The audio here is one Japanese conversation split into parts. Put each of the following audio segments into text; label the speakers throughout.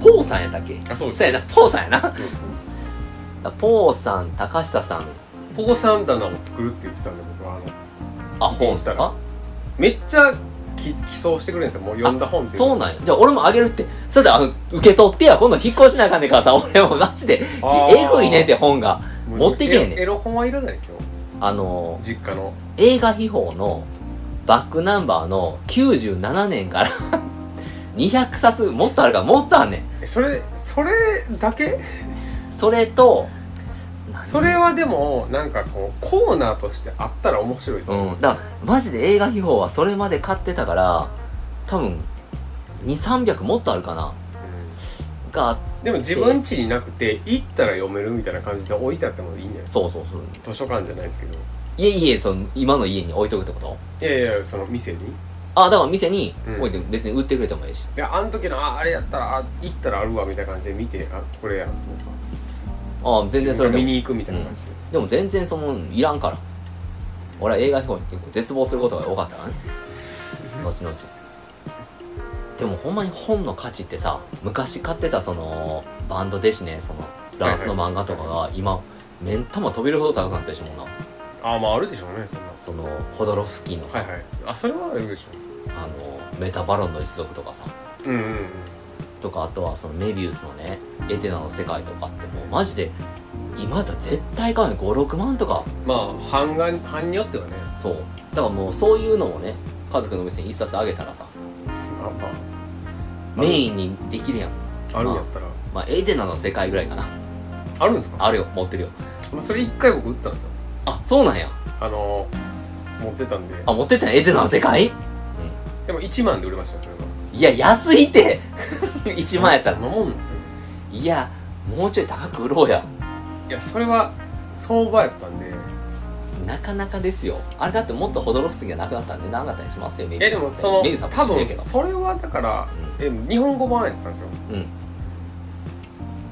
Speaker 1: ポーさんやったっけ
Speaker 2: あそうです
Speaker 1: そうやなポーさんやな
Speaker 2: そうそうそう
Speaker 1: ポーさん高下さん
Speaker 2: ポーサン棚を作るって言ってたんで僕はあの
Speaker 1: あ
Speaker 2: 転
Speaker 1: 本
Speaker 2: したら
Speaker 1: あ
Speaker 2: めっちゃき寄贈してくれるんですよもう読んだ本っていう
Speaker 1: そうなんやじゃあ俺もあげるってそれであの受け取ってや今度引っ越しなあかんねんからさ 俺もマジで
Speaker 2: あ
Speaker 1: え
Speaker 2: ー
Speaker 1: ぐいねって本が
Speaker 2: もう
Speaker 1: 持ってけえねん
Speaker 2: エロエロ本はいらないですよ
Speaker 1: あの
Speaker 2: 実家の
Speaker 1: 映画秘宝のバックナンバーの97年から 200冊もっとあるからもっとあんねん
Speaker 2: えそれそれだけ
Speaker 1: それと何
Speaker 2: それはでもなんかこうコーナーとしてあったら面白いと思う、
Speaker 1: うんだからマジで映画秘宝はそれまで買ってたから多分2300もっとあるかなが
Speaker 2: でも自分家になくて行ったら読めるみたいな感じで置いてあってもいいんじゃないですか
Speaker 1: そうそうそう
Speaker 2: 図書館じゃないですけど
Speaker 1: いえいえその今の家に置いとくってこと
Speaker 2: いやいやその店にい
Speaker 1: あだから店に置いて、別に売ってくれてもいいし
Speaker 2: やあの時のああれやったらあ行ったらあるわみたいな感じで見てあこれやとか
Speaker 1: あ全然それ
Speaker 2: 自分が
Speaker 1: で
Speaker 2: 見
Speaker 1: も
Speaker 2: に行くみたいな感じで、
Speaker 1: でも全然そのいらんから俺は映画秘宝に結構絶望することが多かったからね後々でもほんまに本の価値ってさ昔買ってたそのバンドですねそのフランスの漫画とかが今目ん玉飛びるほど高くなってるしもんな
Speaker 2: ああまああるでしょうねそんな
Speaker 1: そのホドロフスキーのさ、
Speaker 2: はいはいあそれはあるでしょ
Speaker 1: あのメタバロンの一族とかさ
Speaker 2: ううんうんうん
Speaker 1: とかあとはそのメビウスのねエテナの世界とかってもうマジで今だったら絶対買うよ56万とか
Speaker 2: まあ版が版によってはね
Speaker 1: そうだからもうそういうのもね家族の店に一冊あげたらさ
Speaker 2: あま
Speaker 1: メインにできるやん
Speaker 2: ああるんやったら、
Speaker 1: まあエテナの世界ぐらいかな
Speaker 2: あ、るんですか
Speaker 1: あるよ持ってるよ
Speaker 2: まあそれ一回僕打ったんですよ
Speaker 1: あそうなんや
Speaker 2: あのー持ってたんで
Speaker 1: あ持ってったんやエテナの世界
Speaker 2: でも1万で売れましたそれはい
Speaker 1: や安いって 1万やったら
Speaker 2: そんなもんなんですよ
Speaker 1: いやもうちょい高く売ろうや
Speaker 2: いやそれは相場やったんで
Speaker 1: なかなかですよあれだってもっと驚きすぎがなくなったんでなかったりしますよメビ
Speaker 2: え
Speaker 1: ウ
Speaker 2: で
Speaker 1: ス
Speaker 2: もその
Speaker 1: メビウスは知
Speaker 2: 多
Speaker 1: ってる
Speaker 2: 分
Speaker 1: けど
Speaker 2: それはだからえ日本語版やったんですよ
Speaker 1: うん、うん、い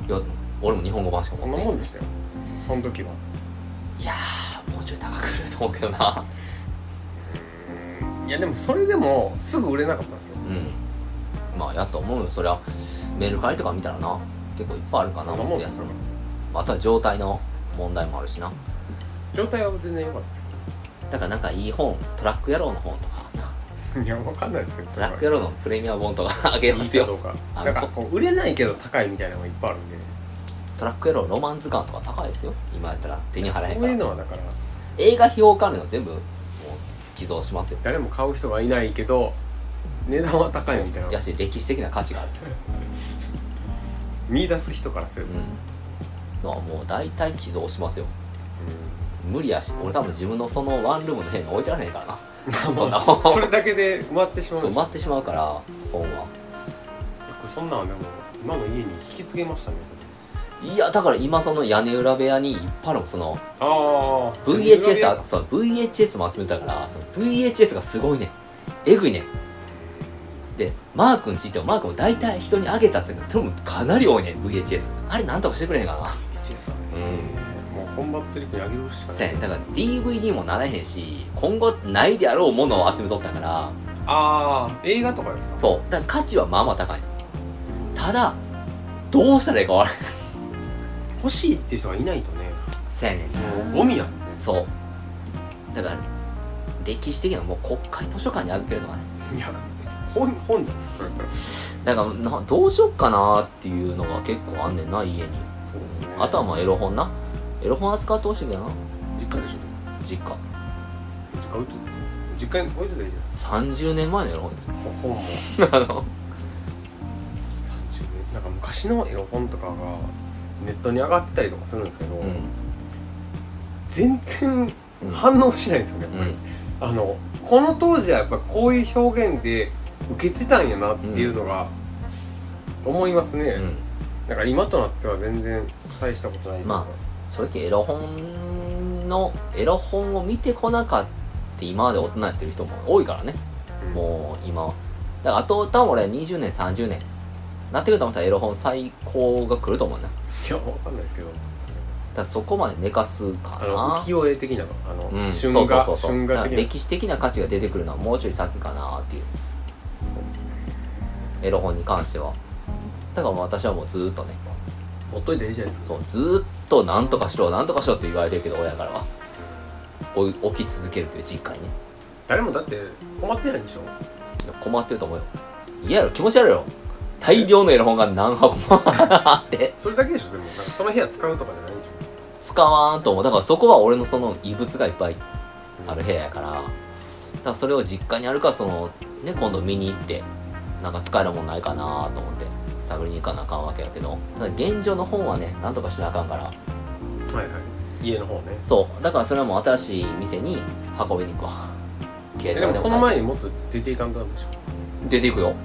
Speaker 1: や俺も日本語版しか持
Speaker 2: そん
Speaker 1: っ
Speaker 2: な
Speaker 1: てない
Speaker 2: もんでしたよその時はい
Speaker 1: やーもうちょい高く売れると思うけどな
Speaker 2: うんいやでもそれでもすぐ売れなかったんですよ
Speaker 1: うんまあやと思うよそりゃメルカリとか見たらな結構いっぱいあるかな
Speaker 2: そんな
Speaker 1: も
Speaker 2: も
Speaker 1: っと
Speaker 2: んで
Speaker 1: や
Speaker 2: す
Speaker 1: つ
Speaker 2: よ
Speaker 1: また状態の問題もあるしな
Speaker 2: 状態は全然良かったですけ
Speaker 1: だからなんかいい本トラック野郎の本とか
Speaker 2: どいやわかんないですけどそ
Speaker 1: ト
Speaker 2: れは
Speaker 1: ラック野郎のプレミア本とかあげま
Speaker 2: いい
Speaker 1: す
Speaker 2: かど
Speaker 1: よ
Speaker 2: うか
Speaker 1: あの
Speaker 2: なんかこう売れないけど高いみたいなのがいっぱいあるんで
Speaker 1: トラック野郎ロマン図鑑とか高いですよ今やったら手に入らへん
Speaker 2: そ
Speaker 1: か
Speaker 2: ういう
Speaker 1: ら
Speaker 2: のはだから
Speaker 1: 映画費用関連は全部もう寄贈しますよ
Speaker 2: 誰も買う人がいないけど値段は高いみたいな
Speaker 1: やし歴史的な価値がある
Speaker 2: 見出す人からする、うん
Speaker 1: うんのはもう大体寄贈しますよ無理やし俺多分自分のそのワンルームの部屋に置いてられへんからなそんな 本
Speaker 2: それだけで埋まってしまう
Speaker 1: そ
Speaker 2: ん
Speaker 1: う
Speaker 2: ですよ
Speaker 1: 待ってしまうから本は
Speaker 2: そんなんでも今の家に引き継げましたねそれ
Speaker 1: いやだから今その屋根裏部屋にいっぱいあるもんその
Speaker 2: ああ
Speaker 1: VHS あそう VHS も集めてたからその VHS がすごいねんえぐいねんでマー君ち行ってもマー君も大体人にあげたっていうかそれもかなり多いねん VHS あれなんとかしてくれへんかな
Speaker 2: VHS はねもうコンバットリックにあげるしか
Speaker 1: そ
Speaker 2: な
Speaker 1: うや
Speaker 2: い
Speaker 1: ねんだから DVD もならへんし今後ないであろうものを集めとったから
Speaker 2: ああ映画とかですかう
Speaker 1: そうだから価値はまあまあ高いねんただどうしたらいいか分からへん
Speaker 2: 欲しいっていう人がいないとね
Speaker 1: そうやねんな
Speaker 2: もうゴミやんね
Speaker 1: そうだから歴史的なもう国会図書館に預けるとかね
Speaker 2: いや本本じゃんそれやったら
Speaker 1: だからなどうしよっかなっていうのが結構あんねんな家に
Speaker 2: そうですね
Speaker 1: あとはまあエロ本なエロ本扱ってほしいんだよな
Speaker 2: 実家でしょ
Speaker 1: 実家
Speaker 2: 実家置いといて実家に置いといていいじゃないですか
Speaker 1: 30年前のエロ本です
Speaker 2: ほ本
Speaker 1: あ
Speaker 2: も
Speaker 1: の
Speaker 2: 30年なんか昔のエロ本とかがネットに上がってたりとかするんですけど、
Speaker 1: うん
Speaker 2: 全然
Speaker 1: うん
Speaker 2: 反応しないんですよねやっぱり、あのこの当時はやっぱこういう表現で受けてたんやなっていうのが思いますね、
Speaker 1: うん
Speaker 2: だから今となっては全然大したことないというか
Speaker 1: ま正直エロ本のエロ本を見てこなかった今まで大人やってる人も多いからね
Speaker 2: うん
Speaker 1: もう今はだからあと多分俺20年30年なってくると思ったらエロ本最高が来ると思うない
Speaker 2: やわかんないですけどそ
Speaker 1: だ
Speaker 2: れ
Speaker 1: からそこまで寝かすか
Speaker 2: あの
Speaker 1: な
Speaker 2: 浮世絵的なあの、
Speaker 1: うん、
Speaker 2: 春
Speaker 1: そうそう
Speaker 2: 画
Speaker 1: そうそう
Speaker 2: 春
Speaker 1: だ
Speaker 2: 画
Speaker 1: から
Speaker 2: 的な
Speaker 1: 歴史的な価値が出てくるのはもうちょい先かなっていう
Speaker 2: そうですね
Speaker 1: エロ本に関してはだから私はもうずーっとね
Speaker 2: ほっといていいじゃないですか
Speaker 1: そうずーっとなんとかしろなんとかしろって言われてるけど親からはお起き続けるという実家にね
Speaker 2: 誰もだって困ってないでしょ
Speaker 1: 困ってると思うよ嫌やろ気持ち悪いやろ大量のエロ本が何箱もあって
Speaker 2: それだけでしょでもなんかその部屋使うとかじゃないでし
Speaker 1: 使わんと思うだからそこは俺のその異物がいっぱい
Speaker 2: ょ
Speaker 1: ある部屋やからだからそれを実家にあるからそのね今度見に行ってなんか使えるもんないかなと思って探りに行かなあかんわけやけどただ現状の本はねなんとかしなあかんから
Speaker 2: はいはい家の方ね
Speaker 1: そうだからそれはもう新しい店に運びに行くわ携
Speaker 2: え
Speaker 1: 帯
Speaker 2: でも
Speaker 1: で
Speaker 2: そ
Speaker 1: も
Speaker 2: の
Speaker 1: 買え
Speaker 2: 前にもっと出ていかんとダメでしょ
Speaker 1: 出ていくよだか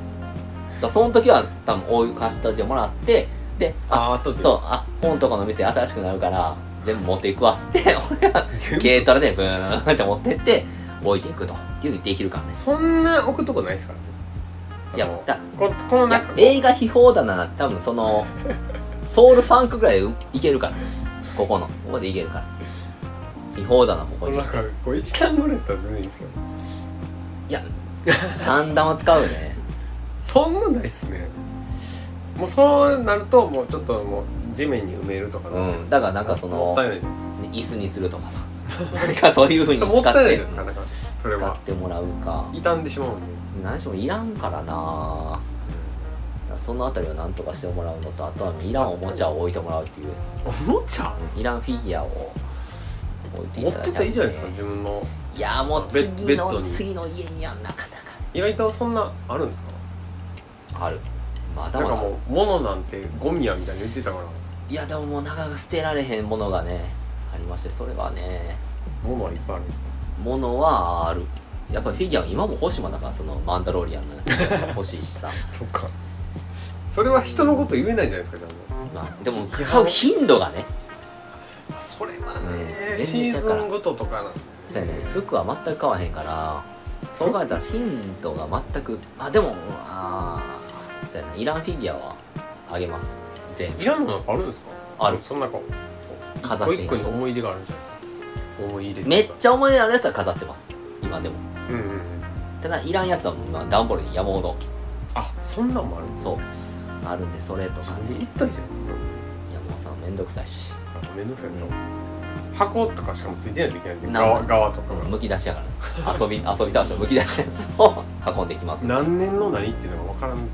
Speaker 1: らその時は多分お湯貸しといてもらってであ
Speaker 2: ああとで
Speaker 1: そうあ本とかの店新しくなるから全部持っていくわっつって俺は軽トラでブーンって持ってって置いていくというできるからね
Speaker 2: そんな置くとこないですからねあの
Speaker 1: いやだ
Speaker 2: ここの
Speaker 1: いや
Speaker 2: 中
Speaker 1: 映画秘宝だな多分そ のソウルファンクぐらいでいけるからここのここでいけるから秘宝だなここ
Speaker 2: こ
Speaker 1: に
Speaker 2: の中こう一段ぐらいだったら全然いいんですけど
Speaker 1: いや三段は使う ね
Speaker 2: そんなないっすねもうそうなるともうちょっともう地面に埋めるとか
Speaker 1: う
Speaker 2: なって
Speaker 1: んだからなんかそ
Speaker 2: も
Speaker 1: の
Speaker 2: ったいないじゃないです
Speaker 1: 椅
Speaker 2: か
Speaker 1: 子にするとかさなんかそういうふうに
Speaker 2: それもっ
Speaker 1: 使
Speaker 2: た
Speaker 1: っ
Speaker 2: いないじ
Speaker 1: て
Speaker 2: ゃないですかだからそれ
Speaker 1: 使っ
Speaker 2: は
Speaker 1: てもらうか
Speaker 2: 傷んでしまうんで
Speaker 1: 何しろいらんからなだからそのあたりをなんとかしてもらうのとあとはいらんおもちゃを置いてもらうっていう
Speaker 2: おもちゃ
Speaker 1: いらんフィギュアを置いてい
Speaker 2: 持
Speaker 1: た
Speaker 2: っ
Speaker 1: だ
Speaker 2: て
Speaker 1: き
Speaker 2: た
Speaker 1: た
Speaker 2: らい
Speaker 1: い
Speaker 2: いじゃないですか自分の
Speaker 1: いやもう
Speaker 2: ベベ
Speaker 1: 次
Speaker 2: ッド
Speaker 1: の
Speaker 2: に
Speaker 1: 次の家にはなかなかね
Speaker 2: 意外とそんなあるんですか
Speaker 1: あるまだ
Speaker 2: なん
Speaker 1: ま
Speaker 2: か
Speaker 1: だ
Speaker 2: もう物なんてゴミやみたいに言ってたから
Speaker 1: いやでももうなかなか捨てられへんものがねありましてそれはね
Speaker 2: 物はいっぱいあるんですか
Speaker 1: ものはあるやっぱりフィギュア今も欲しいもんだからそのマンダロリアンのやつも欲しいし さ
Speaker 2: そっかそれは人のこと言えないじゃないですかじゃあも
Speaker 1: まあでも買う頻度がね
Speaker 2: うそれは
Speaker 1: うん
Speaker 2: ねシーズンごととかなんで
Speaker 1: そうやね服は全く買わへんからそう考えたら頻度が全くあでもああそうやないらんフィギュアはあげます全部
Speaker 2: いらんものなんかあるんですか
Speaker 1: ある
Speaker 2: その中お
Speaker 1: 飾っ
Speaker 2: 一個
Speaker 1: てる
Speaker 2: 一個に思い入れがあるんじゃないですか思い入れ
Speaker 1: めっち
Speaker 2: ゃ
Speaker 1: ゃ思い入れあるやつは飾ってます今でも
Speaker 2: うんうんうん
Speaker 1: ただいらんやつはもう今段ボールに山ほど
Speaker 2: あそんなんもあるんです
Speaker 1: そうあるんでそれと
Speaker 2: 自
Speaker 1: か
Speaker 2: 分で
Speaker 1: ね
Speaker 2: 言ったらいいじゃないです
Speaker 1: い
Speaker 2: か
Speaker 1: やもうさめんどくさいし
Speaker 2: なんかめんどくさいですよ、
Speaker 1: う
Speaker 2: 箱とかしかもついてないといけないんで
Speaker 1: なん
Speaker 2: 側側とかが
Speaker 1: むき出しやからね遊び 遊び倒しのむき出しのやつを 運んでいきます
Speaker 2: 何年の何っていうのが分からんとね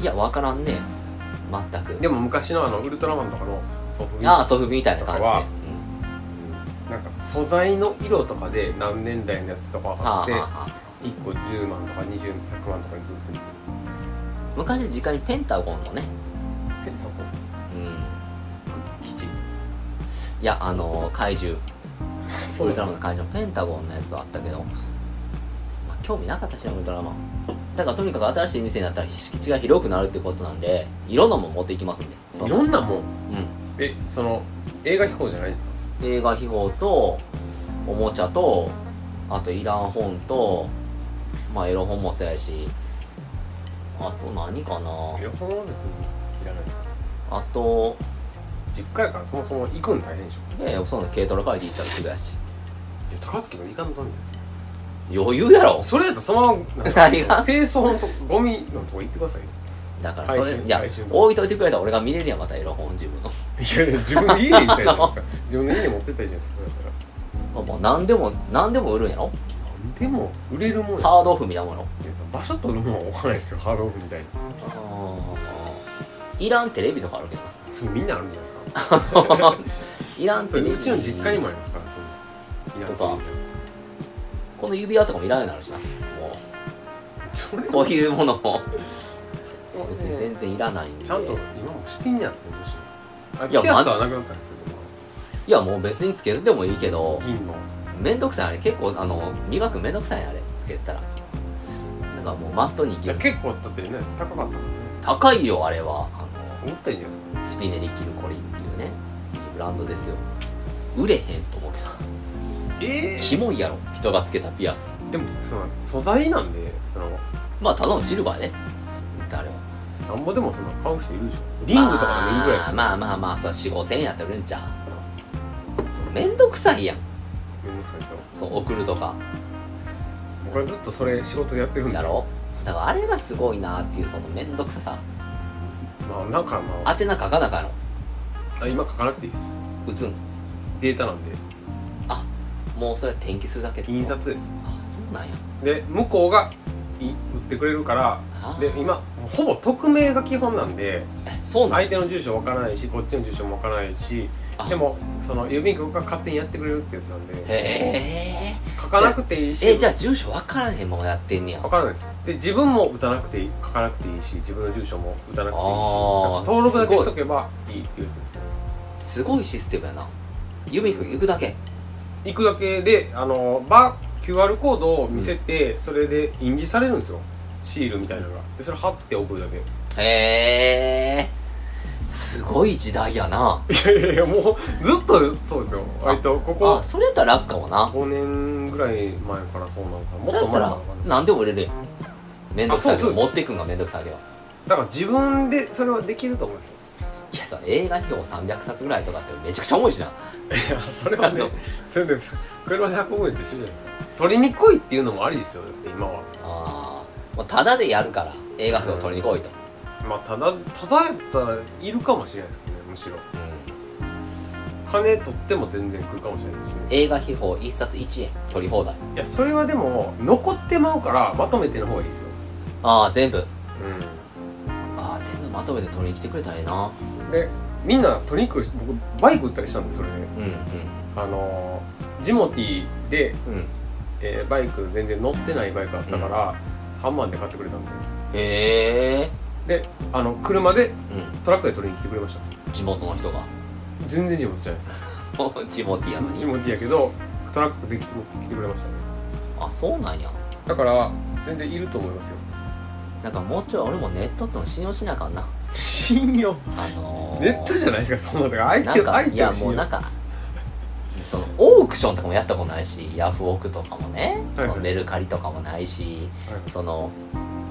Speaker 1: いやわからんね全く
Speaker 2: でも昔のあのウルトラマンとかのそういう
Speaker 1: ああソフビみたいな感じ
Speaker 2: とかは
Speaker 1: で、
Speaker 2: なんか素材の色とかで何年代のやつとか
Speaker 1: うん、はあ
Speaker 2: あっ
Speaker 1: は
Speaker 2: て
Speaker 1: あはあ
Speaker 2: 1個10万とか20万100万とかいくって言って
Speaker 1: 昔実家にペンタゴンのね、
Speaker 2: ペンタゴン
Speaker 1: うん、
Speaker 2: 基地
Speaker 1: いやあのー怪獣
Speaker 2: そ
Speaker 1: ウ
Speaker 2: う
Speaker 1: ルト
Speaker 2: な
Speaker 1: ラ
Speaker 2: ん
Speaker 1: マン
Speaker 2: で
Speaker 1: の怪
Speaker 2: す
Speaker 1: 獣のペンタゴンのやつはあったけど、まあ、興味なかったしなウルトラマンだからとにかく新しい店になったら敷地が広くなるってことなんで色のも持っていきますんでそ
Speaker 2: い
Speaker 1: の
Speaker 2: ろんなもん
Speaker 1: うん
Speaker 2: えその映画飛行じゃないんですか
Speaker 1: 映画秘宝とおもちゃとあといらん本とまあエロ本もそうやしあと何かない
Speaker 2: やほんま別にいらないですよ
Speaker 1: あと
Speaker 2: 実家やからそもそも行くん大変でしょ
Speaker 1: ええそんな軽トラ借りて行ったらすぐやし
Speaker 2: いや高槻も行かんとダメですよ
Speaker 1: 余裕やろ
Speaker 2: それやったらそのままなんか
Speaker 1: 何が
Speaker 2: 清掃のとこゴミのとこ行ってくださいよ
Speaker 1: だからそれ
Speaker 2: 配信
Speaker 1: いや
Speaker 2: 配信
Speaker 1: 置いといてくれたら俺が見れるやんまたエロ本自分の
Speaker 2: いやいや自分で家に行ったらいいじゃないですか自分の家に持ってったらいいじゃないですかそれやったら
Speaker 1: もう何でも何でも売るんやろ
Speaker 2: なんでも売れるもんや
Speaker 1: ハードオフみたいなもの
Speaker 2: いやその場所取るもんは置かないですよハードオフみたいに
Speaker 1: いらんテレビとかあるけど
Speaker 2: それみんなあるんじゃないですか
Speaker 1: いらん
Speaker 2: そ
Speaker 1: テレ
Speaker 2: れ
Speaker 1: ビ
Speaker 2: うちの実家にもありますからその
Speaker 1: とかこの指輪とかもいらんようになる しなも
Speaker 2: それ
Speaker 1: う
Speaker 2: は
Speaker 1: こういうものも別に
Speaker 2: ね
Speaker 1: 全然いらないんで
Speaker 2: ちゃんと今もしてんやって思うしあ
Speaker 1: いや
Speaker 2: ピアスはなくなったんですよでも
Speaker 1: いやもう別につけててもいいけど
Speaker 2: 銀の
Speaker 1: めんどくさいあれ結構あの磨くのめんどくさいねあれつけてたらなんかもうマットに
Speaker 2: い
Speaker 1: 切
Speaker 2: や
Speaker 1: る
Speaker 2: 結構だってね高かったもんね
Speaker 1: 高いよあれはあの
Speaker 2: 思ったんじゃないですか
Speaker 1: スピネリ・キルコリっていうねいいブランドですよ売れへんと思うけど
Speaker 2: え
Speaker 1: キモいやろ人がつけたピアス
Speaker 2: でもその素材なんでその
Speaker 1: まあただのシルバーね誰も
Speaker 2: なんぼでもそんな買う人いるでしょリングとかでもいるぐらいですよ、
Speaker 1: まあまあまあまあ4 5千円やったら売れんちゃうめんどくさいやん
Speaker 2: めんどくさいですよ
Speaker 1: そう送るとか
Speaker 2: 僕はずっとそれ仕事でやってるんで
Speaker 1: やろだからあれがすごいなっていうそのめんどくささ
Speaker 2: まあなんかな
Speaker 1: 当てな書かなあかんの
Speaker 2: あ今書かなくていいです
Speaker 1: 打つん
Speaker 2: データなんで
Speaker 1: あもうそれは転記するだけ
Speaker 2: 印刷です
Speaker 1: あそうなんや
Speaker 2: で向こうがい売ってくれるから
Speaker 1: あ
Speaker 2: で今ほぼ匿名が基本なんで
Speaker 1: えそうなんや
Speaker 2: 相手の住所わからないしこっちの住所もわからないし
Speaker 1: あ
Speaker 2: でもその郵便局が勝手にやってくれるってやつなんで
Speaker 1: へー
Speaker 2: 書かなくていいし
Speaker 1: えじゃあ住所分からへんままやってんねや
Speaker 2: わからないですで自分も打たなくていい書かなくていいし自分の住所も打たなくていい
Speaker 1: あ
Speaker 2: し
Speaker 1: ー
Speaker 2: なんか登録だけしとけばいいっていうやつですね
Speaker 1: すごいシステムやな郵便局行くだけ
Speaker 2: 行くだけであのバー QR コードを見せて、それで印字されるんですよシールみたいなのがでそれ貼って送るだけ
Speaker 1: へえすごい時代やない
Speaker 2: やいやいやもうずっとそうですよ
Speaker 1: あ
Speaker 2: 割とこ
Speaker 1: あ
Speaker 2: こ
Speaker 1: それやったら楽かもな
Speaker 2: 5年ぐらい前からそうなのかなも
Speaker 1: それ
Speaker 2: っと
Speaker 1: やった
Speaker 2: 前な
Speaker 1: ら
Speaker 2: のかな
Speaker 1: 何でも売れるやんめんどくさいけ
Speaker 2: あそうそう
Speaker 1: ど
Speaker 2: そう
Speaker 1: 持っていくんがめんどくさいけど
Speaker 2: だから自分でそれはできると思うんですよ
Speaker 1: いやさ映画費用300冊ぐらいとかってめちゃくちゃ重いしない
Speaker 2: やそれはねそれで車で運ぶんと一緒じゃないですか取りに来いっていうのもありですよだって今は
Speaker 1: あーもうただでやるから映画費用取りに来いと、
Speaker 2: まあただただやったらいるかもしれないですけどねむしろ
Speaker 1: うん
Speaker 2: 金取っても全然来るかもしれないですしね
Speaker 1: 映画費用1冊1円取り放題
Speaker 2: いやそれはでも残ってまうからまとめての方がいいですよ
Speaker 1: ああ全部
Speaker 2: う
Speaker 1: ああ全部まとめて取りに来てくれたらええなん
Speaker 2: でみんな取りに来る人僕バイク売ったりしたんでそれで
Speaker 1: うん
Speaker 2: あのージモティーで、
Speaker 1: うんうん
Speaker 2: えーバイク全然乗ってないバイクあったから、3万で買ってくれたんで
Speaker 1: へえ
Speaker 2: であの車で
Speaker 1: うん
Speaker 2: トラックで取りに来てくれました
Speaker 1: 地元の人が
Speaker 2: 全然地元じゃないです
Speaker 1: 地元やのに
Speaker 2: 地元やけどトラックで来て来てくれましたね
Speaker 1: あそうなんや
Speaker 2: だから全然いると思いますよ
Speaker 1: なんかもうちょい俺もネットっての信用しなあかんな
Speaker 2: 信用
Speaker 1: あのー、
Speaker 2: ネットじゃないですかそんなとか相
Speaker 1: な
Speaker 2: 手
Speaker 1: んか
Speaker 2: 相
Speaker 1: い
Speaker 2: 手
Speaker 1: や
Speaker 2: を
Speaker 1: も
Speaker 2: 信
Speaker 1: う
Speaker 2: 用
Speaker 1: なんかそのオークションとかもやったことないしヤフオクとかもね、
Speaker 2: はいはい
Speaker 1: そのメルカリとかもないしその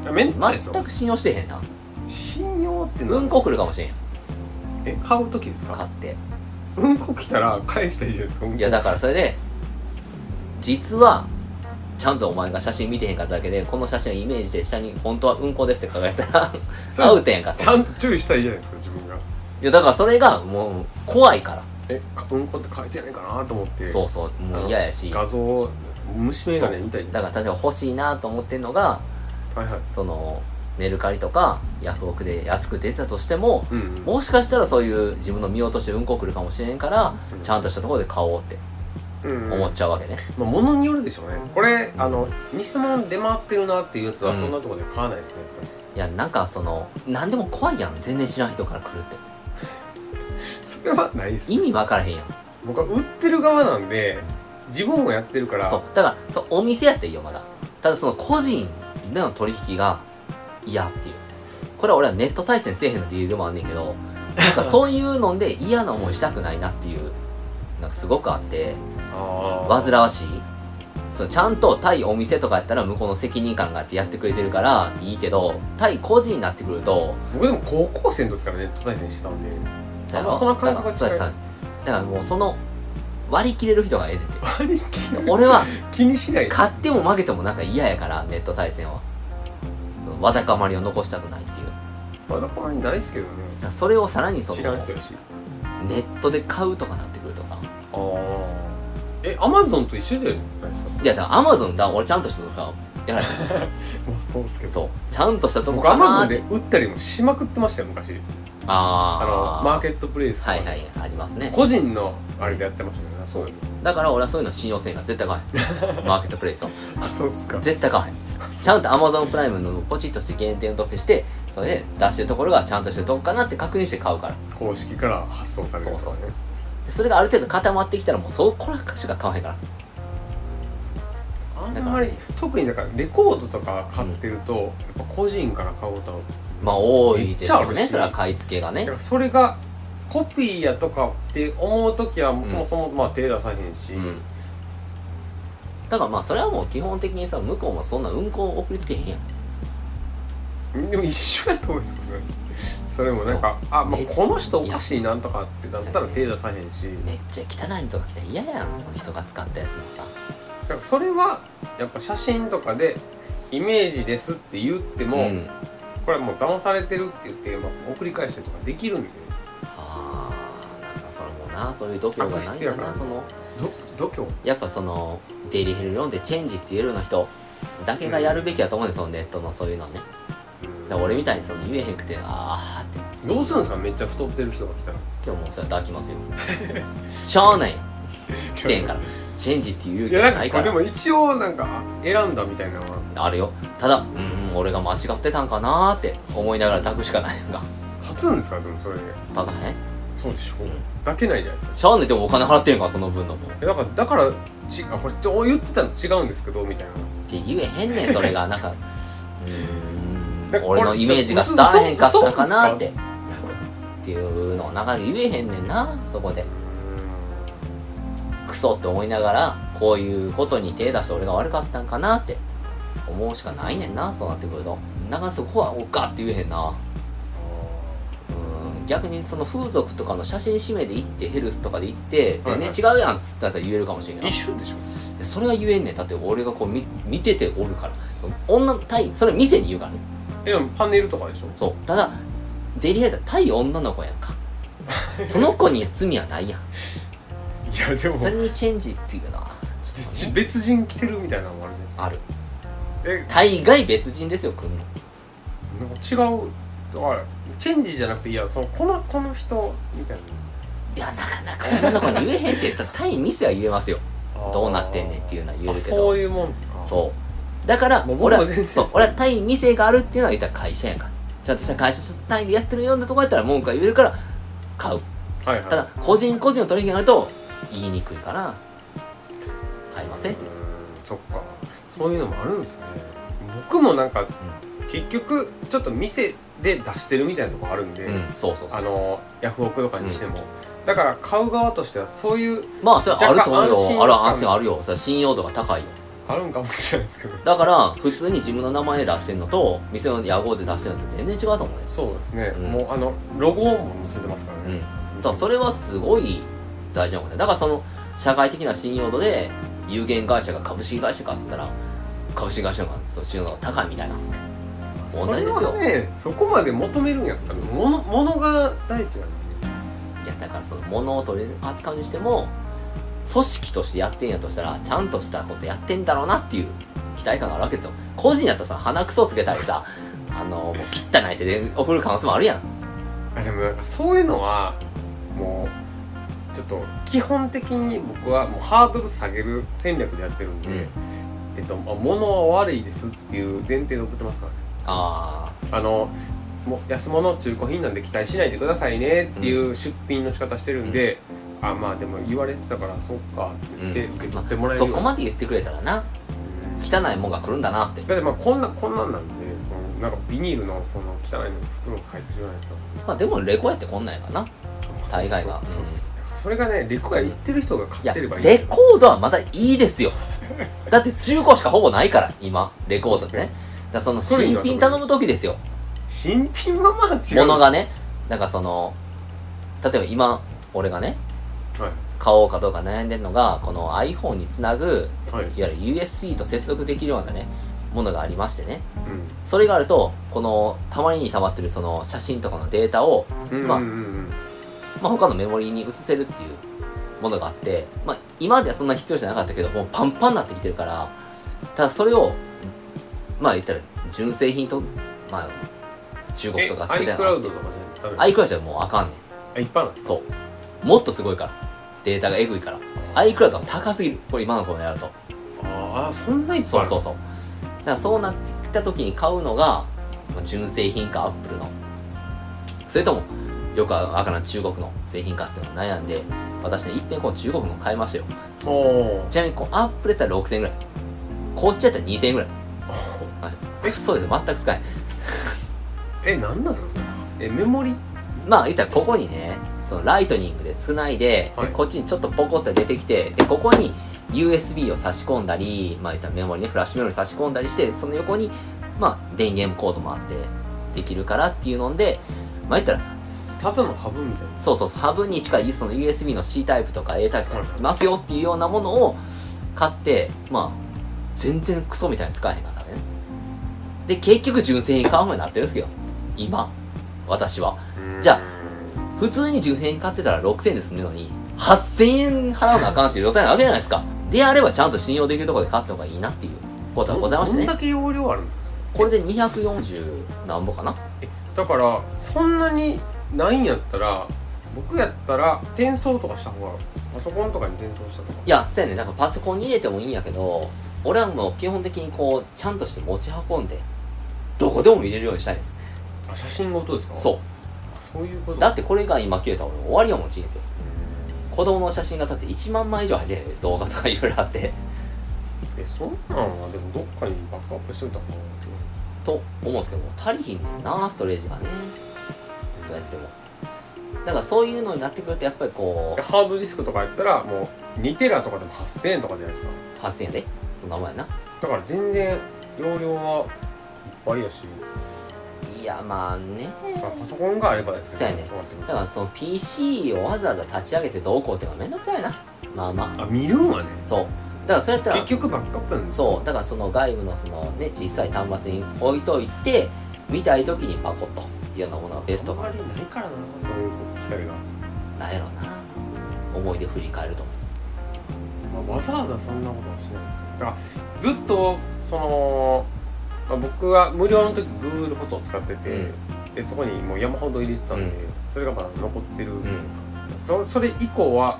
Speaker 2: はいめんどくさいですよ
Speaker 1: 全く信用してへんな
Speaker 2: 信用ってのは
Speaker 1: うんこ来るかもしれんやん
Speaker 2: え買う時です
Speaker 1: 買
Speaker 2: か
Speaker 1: って
Speaker 2: うんこ来たら返したらいいじゃないですかうんこ
Speaker 1: いやだからそれで実はちゃんとお前が写真見てへんかっただけでこの写真をイメージで下に「本当はうんこです」って書かれたら
Speaker 2: それ
Speaker 1: アウトやんか
Speaker 2: ちゃんと注意したらいいじゃないですか自分が
Speaker 1: いやだからそれがもう怖いから
Speaker 2: えかうんこって書いてないかなと思って
Speaker 1: そううそうもう嫌やし
Speaker 2: 画像虫眼鏡みたいじゃ
Speaker 1: だか
Speaker 2: ん
Speaker 1: ら例えば欲しいなと思ってんのが
Speaker 2: はいはい
Speaker 1: そのメルカリとかヤフオクで安く出てたとしても
Speaker 2: うんうん
Speaker 1: もしかしたらそういう自分の見落としでうんこ来るかもしれんから
Speaker 2: うん
Speaker 1: ちゃんとしたところで買おうって
Speaker 2: うんうん
Speaker 1: 思っちゃうわけね、
Speaker 2: まあ物によるでしょうねこれあの偽物出回ってるなっていうやつは
Speaker 1: うん
Speaker 2: そんなとこで買わないですね、やっぱり
Speaker 1: いやなんかその何でも怖いやん全然知らん人から来るって
Speaker 2: それはないです
Speaker 1: 意味わからへんやん
Speaker 2: 僕は売ってる側なんで自分もやってるから
Speaker 1: そうだからそうお店やっていいよまだただその個人での取引が嫌っていうこれは俺はネット対戦せえへんの理由でもあんねんけどなんかそういうので嫌な思いしたくないなっていうなんかすごくあって
Speaker 2: あー
Speaker 1: 煩わしいそうちゃんと対お店とかやったら向こうの責任感があってやってくれてるからいいけど対個人になってくると
Speaker 2: 僕でも高校生の時からネット対戦してたんで
Speaker 1: そ
Speaker 2: あその感覚が
Speaker 1: だか
Speaker 2: 違う
Speaker 1: らそうやだからもうその割り切れる人がええねんて
Speaker 2: 割り切る
Speaker 1: 俺は
Speaker 2: 気にしないです
Speaker 1: 勝っても負けてもなんか嫌やからネット対戦はそのわだかまりを残したくないっていうだか
Speaker 2: まだこまにないですけどね
Speaker 1: らそれをさらにそ
Speaker 2: 知ら
Speaker 1: の
Speaker 2: ん人やし
Speaker 1: ネットで買うとかなってくるとさ
Speaker 2: ああえアマゾンと一緒じゃないですか
Speaker 1: いやだからアマゾンだ俺ちゃんとしたとかやらへん
Speaker 2: まあそうですけ
Speaker 1: そうちゃんとしたとこ
Speaker 2: 僕
Speaker 1: か
Speaker 2: ア
Speaker 1: な
Speaker 2: マゾン
Speaker 1: って
Speaker 2: で売ったりもしまくってましたよ昔あ
Speaker 1: あ
Speaker 2: の
Speaker 1: ー
Speaker 2: マーケットプレイスとか
Speaker 1: は
Speaker 2: で
Speaker 1: いはいありますね
Speaker 2: 個人のあれでやってましたけどねそういう
Speaker 1: だから俺はそういうの信用せんが絶対買わへんマーケットプレイスを
Speaker 2: のあそうっすか
Speaker 1: 絶対買わへんちゃんとアマゾンプライムのポチッとして限定の特典してそれで出してるところがちゃんとしてるとこかなって確認して買うから
Speaker 2: 公式から発送される
Speaker 1: そうそう
Speaker 2: そう
Speaker 1: でそれがある程度固まってきたらもうそこらしか買わへんからだ
Speaker 2: あん
Speaker 1: から
Speaker 2: ま
Speaker 1: ね
Speaker 2: り特にだからレコードとか買ってると、やっぱ個人から買おうと思う
Speaker 1: まあ多いですよ
Speaker 2: めっちゃあ
Speaker 1: ね
Speaker 2: るし
Speaker 1: それは買い付けが
Speaker 2: だか
Speaker 1: ね
Speaker 2: らそれがコピーやとかって思う時はそもそもまあ手出さへんし、
Speaker 1: うんだからまあそれはもう基本的にさ向こうもそんな運行を送りつけへんやん
Speaker 2: でも一緒やと思うんですけどね それもなんかあ、まあ、
Speaker 1: め
Speaker 2: この人おかしいなんとかってだったら手出さへんし
Speaker 1: めっちゃ汚いのとか来たら嫌やんその人が使ったやつのさ
Speaker 2: だからそれはやっぱ写真とかでイメージですって言っても、
Speaker 1: うん
Speaker 2: ここれはもう騙されてるって言って、まあ、送り返したりとかできるんで
Speaker 1: あーなんかそれもなそういう度胸が
Speaker 2: 悪
Speaker 1: ないん
Speaker 2: 質や
Speaker 1: だ
Speaker 2: から
Speaker 1: なその
Speaker 2: ど度胸
Speaker 1: やっぱそのデイリーヘルロンでチェンジって言えるような人だけがやるべきだと思うんですよ、そのネットのそういうのはねだから俺みたいにその言えへんくてあーって
Speaker 2: どうするんですかめっちゃ太ってる人が来たら
Speaker 1: 今日もうそれ抱き ますよしゃあない来てへんからチェンジって言う
Speaker 2: い
Speaker 1: 気
Speaker 2: やな
Speaker 1: が
Speaker 2: んか
Speaker 1: ないか
Speaker 2: これで
Speaker 1: ら
Speaker 2: も一応なんかあ選んだみたいなのは
Speaker 1: あるよただうん俺が間違ってたんかなーって思いながら抱くしかないのが
Speaker 2: 立つんですかでもそれで
Speaker 1: ただね
Speaker 2: そうでしょ、うだけないじゃないですか
Speaker 1: しゃあないでもお金払ってるからその分のもうっ
Speaker 2: えだからだからちあこれどう言ってたの違うんですけどみたいな
Speaker 1: て言えへんねんそれがなんかうーん俺のイメージが伝わらへんかったかなーってっていうのをなかなか言えへんねんなそこでクソって思いながらこういうことに手出して俺が悪かったんかなって思うしかないねんなそうなってくるとなんかそこはおっかって言えへんなうん逆にその風俗とかの写真指名で行ってヘルスとかで行って
Speaker 2: は
Speaker 1: 全
Speaker 2: いはい
Speaker 1: 然違うやんっつったら言えるかもしれんけど
Speaker 2: 一緒でしょ
Speaker 1: ないそれは言えんねんだって俺がこう見見てておるから女対それ店に言うからね
Speaker 2: えでもパネルとかでしょ
Speaker 1: そうただデリヘルだ対女の子やん かその子に罪はないやん
Speaker 2: いやで
Speaker 1: それにチェンジっていうのはちょっと
Speaker 2: ち
Speaker 1: ね
Speaker 2: 別人来てるみたいなのもあるじゃ
Speaker 1: ある
Speaker 2: ないですか
Speaker 1: 大概別人ですよくんの
Speaker 2: えなんか違うだからチェンジじゃなくていやそのこのこの人みたいない
Speaker 1: やなかなか女の子に言えへんって言ったら対ミスは言えますよ
Speaker 2: あー
Speaker 1: どうなってんねんっていうのは言えるけど
Speaker 2: あそういうもんか
Speaker 1: そうだから
Speaker 2: もう
Speaker 1: 俺は
Speaker 2: 僕も全然
Speaker 1: そう俺は対店があるっていうのは言ったら会社やんかちゃんとした会社単位でやってるようなとこやったら文句は言えるから買う
Speaker 2: はいはい
Speaker 1: ただ個人個人の取引になると言いにくいから買いませんって
Speaker 2: うーんそっかそういうのもあるんですね僕もなんか、結局ちょっと店で出してるみたいなとこあるんで、
Speaker 1: うんそうそうそ
Speaker 2: あ
Speaker 1: う
Speaker 2: のヤフオクとかにしても、だから買う側としてはそういう
Speaker 1: まあそれはあると思う
Speaker 2: 若干安心
Speaker 1: よある安心
Speaker 2: 感
Speaker 1: あるよそれは信用度が高いよ
Speaker 2: あるんかもしれないですけど
Speaker 1: だから普通に自分の名前で出してるのと店の屋号で出してるのって全然違うと思うね
Speaker 2: そうですね、
Speaker 1: うん
Speaker 2: もうあのロゴも載せてますから
Speaker 1: うん
Speaker 2: ね、
Speaker 1: だからそれはすごい大事なことだだからその社会的な信用度で有限会社が株式会社かっつったら株式会社の方がその信用度が高いみたいな
Speaker 2: そ
Speaker 1: 問題
Speaker 2: れ
Speaker 1: ですよ
Speaker 2: はねそこまで求めるんやったらものものが第一なんでね
Speaker 1: いやだからその物を取り扱うにしても組織としてやってんやとしたらちゃんとしたことやってんだろうなっていう期待感があるわけですよ個人やったらさ鼻くそつけたりさ あのもう汚い手で送る可能性もあるやん
Speaker 2: あでもなんかそういうのはもうちょっと基本的に僕はもうハードル下げる戦略でやってるんで、
Speaker 1: うん
Speaker 2: えっと、まあ物は悪いですっていう前提で送ってますからね
Speaker 1: あ
Speaker 2: あのもう安物中古品なんで期待しないでくださいねっていう出品の仕方してるんで、あまあでも言われてたからそっかって言って
Speaker 1: うん
Speaker 2: 受け取ってもら
Speaker 1: あ
Speaker 2: えるよ
Speaker 1: そう
Speaker 2: に
Speaker 1: こまで言ってくれたらな
Speaker 2: うん
Speaker 1: 汚いもんが来るんだなって
Speaker 2: だってまあこんなこんなんなんでこのなんかビニールのこの汚いの袋が入ってるじゃないですか
Speaker 1: まあでもレコやってこんなんやからな大概が
Speaker 2: そうそうそうだからそれがねレコヤ行ってる人が
Speaker 1: い
Speaker 2: 買
Speaker 1: や
Speaker 2: ってればいい
Speaker 1: レコードはまだいいです よだって中古しかほぼないから今レコードってねだからその新品頼む時ですよ
Speaker 2: 新品はまだ違う
Speaker 1: 物がねなんかその例えば今俺がね
Speaker 2: は
Speaker 1: 買おうかどうか悩んでるのがこの iPhone につなぐ
Speaker 2: いはい、うん、
Speaker 1: いわゆる USB と接続できるようなねものがありましてねそれがあるとこのたまりに溜まってるその写真とかのデータを
Speaker 2: うん
Speaker 1: まあ
Speaker 2: うんうんうん
Speaker 1: まあ、他のメモリーに移せるっていうものがあって、まあ、今まではそんな必要じゃなかったけど、もうパンパンになってきてるから、ただそれを、まあ言ったら、純正品と、まあ、中国
Speaker 2: え
Speaker 1: とか作りたいな。
Speaker 2: iCloud とかじゃダメ
Speaker 1: iCloud じゃもうあかんね
Speaker 2: あ一般なんです
Speaker 1: ん。
Speaker 2: か
Speaker 1: そう。もっとすごいから。データがエグいから。iCloud は高すぎる。これ今の子にやると。
Speaker 2: ああそんないっぱい
Speaker 1: そ
Speaker 2: あ
Speaker 1: う
Speaker 2: る
Speaker 1: そうそう。だからそうなってきた時に買うのが、まあ純正品か、Apple の。それとも、よくわからん中国の製品かっていうのを悩んで、私ね、いっぺんこう中国の買いましたよ。
Speaker 2: うおー
Speaker 1: ちなみに、こう、アップルやったら6000円ぐらい。こっちやったら2000円ぐらい。 え、そうです。全く使えない。
Speaker 2: えなんなんですかそれえメモリ
Speaker 1: まあ、言ったらここにね、そのライトニングで繋いで、
Speaker 2: はい
Speaker 1: でこっちにちょっとポコッと出てきて、で、ここに USB を差し込んだり、まあ言ったらメモリね、フラッシュメモリ差し込んだりして、その横に、まあ、電源コードもあって、できるからっていうので、まあ言ったら、
Speaker 2: ただのハブみたいな
Speaker 1: そうそうそう、ハブに近いその USB の C タイプとか A タイプとかつきますよっていうようなものを買って、まあ、全然クソみたいに使えへんかったわけね。で、結局純正に買うようになってるんですけど、今私は
Speaker 2: うん
Speaker 1: じゃ普通に1000円買ってたら6000円で済むのに8000円払わなあかんっていう状態なわけじゃないですかであればちゃんと信用できるところで買った方がいいなっていうことはございましてね
Speaker 2: どんだけ容量あるんですか
Speaker 1: これで240何ぼかな
Speaker 2: だからそんなにないんやったら僕やったら転送とかした方がパソコンとかに転送したとか
Speaker 1: いやそうやねだからパソコンに入れてもいいんやけど俺はもう基本的にこうちゃんとして持ち運んでどこでも見れるようにしたいね
Speaker 2: あ写真ごとですかう
Speaker 1: そ
Speaker 2: そういうこ
Speaker 1: う
Speaker 2: と
Speaker 1: だってこれが今消えたら俺終わりやもん人生
Speaker 2: う
Speaker 1: 子供の写真がだって1万枚以上入ってる動画とかいろいろあって
Speaker 2: んえそんなんはでもどっかにバックアップしといた方がいいな
Speaker 1: と思うんですけども足りひんねんなストレージがねどうやってもだからそういうのになってくるとやっぱりこ
Speaker 2: でハードディスクとかやったらもう2テラとかでも8000円とかじゃないですか
Speaker 1: う8000円でそんなもんやな
Speaker 2: だから全然容量はいっぱいやし、
Speaker 1: いやまあね
Speaker 2: まあ、パソコンがあればですけど、
Speaker 1: そ
Speaker 2: そうなってくる
Speaker 1: だか
Speaker 2: と
Speaker 1: らその PC をわざわざ立ち上げてどうこうってのはめんどくさいなまあまあ
Speaker 2: あ見るんはね
Speaker 1: そうだからそれやったら
Speaker 2: 結局バックアップなんですよ
Speaker 1: そうだからその外部のそのね小さい端末に置いといて見たい時にパコッというようなものがベスト
Speaker 2: あん
Speaker 1: か
Speaker 2: まりないからなそういう機会が、
Speaker 1: なんやろうな思い出振り返ると
Speaker 2: まあ、わざわざそんなことはしないですけどだからずっとその、まあ、僕は無料の時 Google フォトを使ってて、でそこにもう山ほど入れてたんで、
Speaker 1: うん
Speaker 2: それがまだ残ってる、
Speaker 1: うん
Speaker 2: そそれ以降は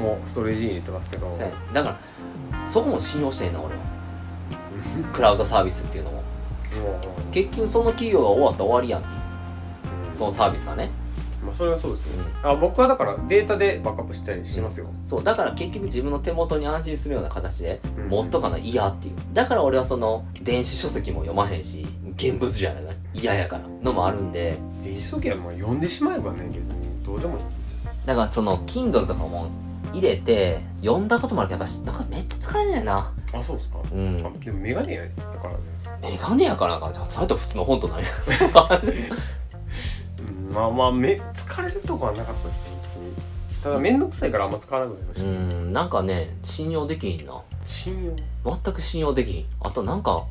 Speaker 2: もうストレージに入れてますけど
Speaker 1: そうやねだからそこも信用してんな 俺はクラウドサービスっていうのも
Speaker 2: もう
Speaker 1: 結局その企業が終わったら終わりやんけそのサービスがね
Speaker 2: まあそれはそうですよねあ僕はだからデータでバックアップしたりしてますよ、
Speaker 1: そうだから結局自分の手元に安心するような形で
Speaker 2: うん
Speaker 1: 持っとかない嫌っていうだから俺はその電子書籍も読まへんし現物じゃない嫌やからのもあるんで
Speaker 2: 電子書籍はまあ読んでしまえばね別にどうでもいい
Speaker 1: だからその Kindle とかも入れて読んだこともあるけどやっぱなんかめっちゃ疲れんねんな
Speaker 2: あそうですか、
Speaker 1: うん
Speaker 2: あでもメガネやだからじゃないですか
Speaker 1: メガネやからなんかそれと普通の本となる
Speaker 2: うんまあまあめ疲れるとこはなかったですね本当にただ面倒くさいからあんま使わなくなりまし
Speaker 1: う
Speaker 2: た、
Speaker 1: んなんかね信用できひんな
Speaker 2: 信用
Speaker 1: 全く信用できひんあとなんか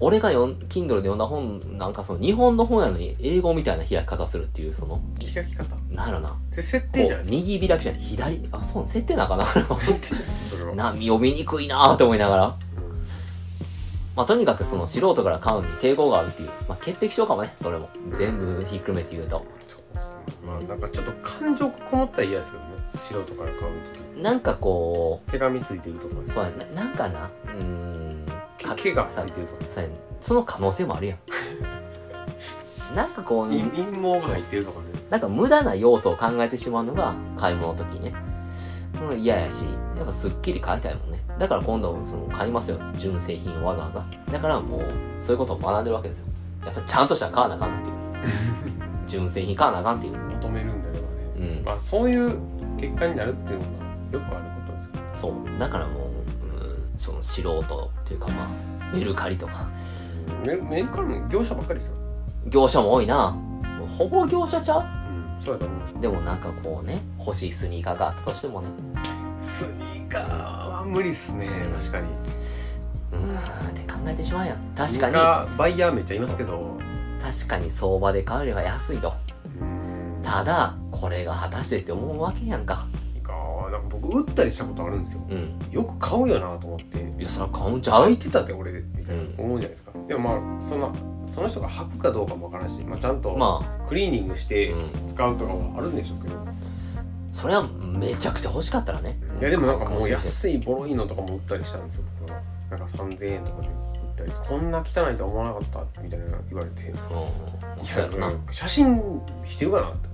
Speaker 1: 俺がよん Kindle で読んだ本なんかその日本の本やのに英語みたいな開き方するっていうその
Speaker 2: 開き方
Speaker 1: なんやろな
Speaker 2: それ設定
Speaker 1: こ
Speaker 2: じゃないうで
Speaker 1: 右開きじゃない左あそう設定なんかなこれは
Speaker 2: すか設定じゃないですかそれは
Speaker 1: な読みにくいなーと思いながら
Speaker 2: うん
Speaker 1: まあとにかくその素人から買うに抵抗があるっていうまあ潔癖症かもねそれも全部ひっくるめて言うと
Speaker 2: そうですねまあなんかちょっと感情がこもったら嫌ですけどね素人から買う時
Speaker 1: なんかこ
Speaker 2: 手紙ついてるとか
Speaker 1: うそうやななんかなうーんか
Speaker 2: 毛がついてるとか
Speaker 1: そうやねその可能性もあるやんなんかこう
Speaker 2: 陰陰謀が入ってるとかね
Speaker 1: なんか無駄な要素を考えてしまうのが買い物の時にね。これが嫌やし、やっぱすっきり買いたいもんね。だから今度その買いますよ。純正品をわざわざ。だからもう、そういうことを学んでるわけですよ。やっぱちゃんとしたら買わなあかんなって いう。純正品買わなあかんっていう。
Speaker 2: 求めるんだけどね
Speaker 1: うん。
Speaker 2: まあそういう結果になるっていうのはよくあることですけど
Speaker 1: そう。だからもう、うん、その素人っていうかまあ、メルカリとか。
Speaker 2: メメーカーの業者ばっかりですよ、
Speaker 1: 業者も多いな。もうほぼ業者ちゃ
Speaker 2: うん、そうやと思います
Speaker 1: うでもなんかこうね、欲しいスニーカーがあったとしてもね、
Speaker 2: スニーカーは無理っすね確かに
Speaker 1: うーんって考えてしまうやん。確
Speaker 2: スニ
Speaker 1: か
Speaker 2: ー
Speaker 1: に。
Speaker 2: カーバイヤーめっちゃいますけど
Speaker 1: 確かに相場で買うよりは安いと
Speaker 2: うんス
Speaker 1: ただこれが果たしてって思うわけやんか
Speaker 2: ニーカーはなんか僕打ったりしたことあるんですよ
Speaker 1: うん
Speaker 2: よく買うよなと思って
Speaker 1: いやそら買うんちゃ
Speaker 2: 空
Speaker 1: う
Speaker 2: いてたって俺みたいな思うじゃないですかでもまあそんなその人が履くかどうかもわからんし、まあ、ちゃんと
Speaker 1: まあ
Speaker 2: クリーニングし
Speaker 1: う
Speaker 2: て
Speaker 1: ん
Speaker 2: 使うとかはあるんでしょうけど、
Speaker 1: それはめちゃくちゃ欲しかったらね
Speaker 2: いやでもなんかもう安いボロいのとかも売ったりしたんですよ僕はなんか3000円とかで売ったりこんな汚いとは思わなかったみたいなの言われていや
Speaker 1: うんそうやろなうん
Speaker 2: 写真してるかなって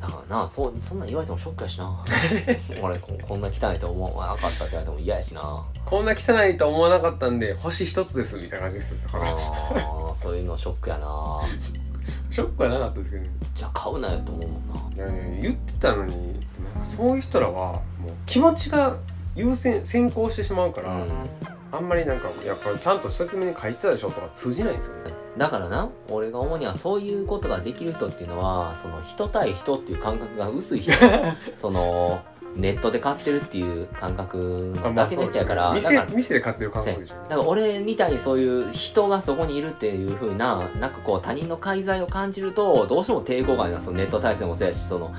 Speaker 1: だからなそうそんなん言われてもショックやし な俺ここんな汚いと思わなかったって言われても嫌やし な
Speaker 2: こんな汚いとは思わなかったんで星一つですみたいな感じですよだから
Speaker 1: あーそういうのショックやな
Speaker 2: ショックはなかったですけどね
Speaker 1: じゃあ買うなよと思うもんない
Speaker 2: やいや言ってたのになんかそういう人らはもう気持ちが優先先行してしまうから、
Speaker 1: うん
Speaker 2: あんまりなんかやっぱちゃんと説明に書いてたでしょとか通じないんですよね
Speaker 1: だからな俺が思うにはそういう ことができる人っていうのはその人対人っていう感覚が薄い人そのネットで買ってるっていう感覚
Speaker 2: あまあ
Speaker 1: だけの人やから、だか
Speaker 2: 店
Speaker 1: ら
Speaker 2: 店で買ってる感
Speaker 1: そうや
Speaker 2: 覚
Speaker 1: ね
Speaker 2: でしょ
Speaker 1: だから俺みたいにそういう人がそこにいるっていう風ななんかこう他人の介在を感じるとどうしても抵抗感がそのネット対戦もそうやしその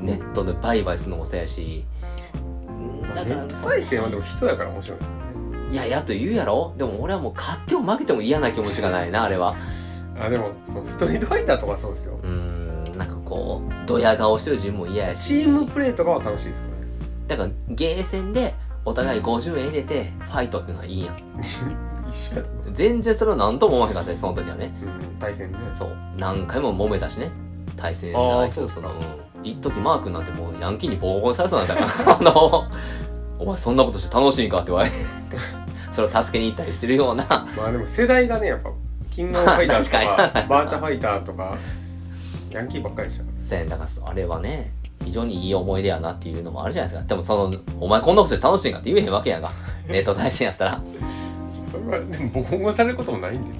Speaker 1: ネットで売買するのもそうやし
Speaker 2: まあ
Speaker 1: だ
Speaker 2: ネ
Speaker 1: から
Speaker 2: ット対戦はでも人やから面白いですよね
Speaker 1: いやいやと言うやろでも俺はもう勝っても負けても嫌な気持ちがないなあれは
Speaker 2: あでもそうストリートファイターとかそうですよ
Speaker 1: うーんなんかこうドヤ顔してる自分も嫌やし
Speaker 2: チームプレーとかは楽しいですよね
Speaker 1: だからゲーセンでお互い50円入れてファイトっていうのはいいやん
Speaker 2: 一緒やと思います
Speaker 1: 全然それは何とも思わへんかったですその時はね
Speaker 2: うん対戦ね
Speaker 1: そう何回も揉めたしね対戦
Speaker 2: あー
Speaker 1: 相手とそのうん一時マー君なんてもうヤンキーにボコボコにされそうなんだから あのお前そんなことして楽しいんかって言われて それを助けに行ったりしてるような
Speaker 2: まあでも世代がねやっぱキングオブファイターと
Speaker 1: まあ 確
Speaker 2: かバーチャファイターとかヤンキーばっかりでしたか
Speaker 1: せんだからあれはね非常にいい思い出やなっていうのもあるじゃないですかでもそのお前こんなことして楽しいんかって言えへんわけやんかネット対戦やったら
Speaker 2: らそれはでもボコボコにされることもないんで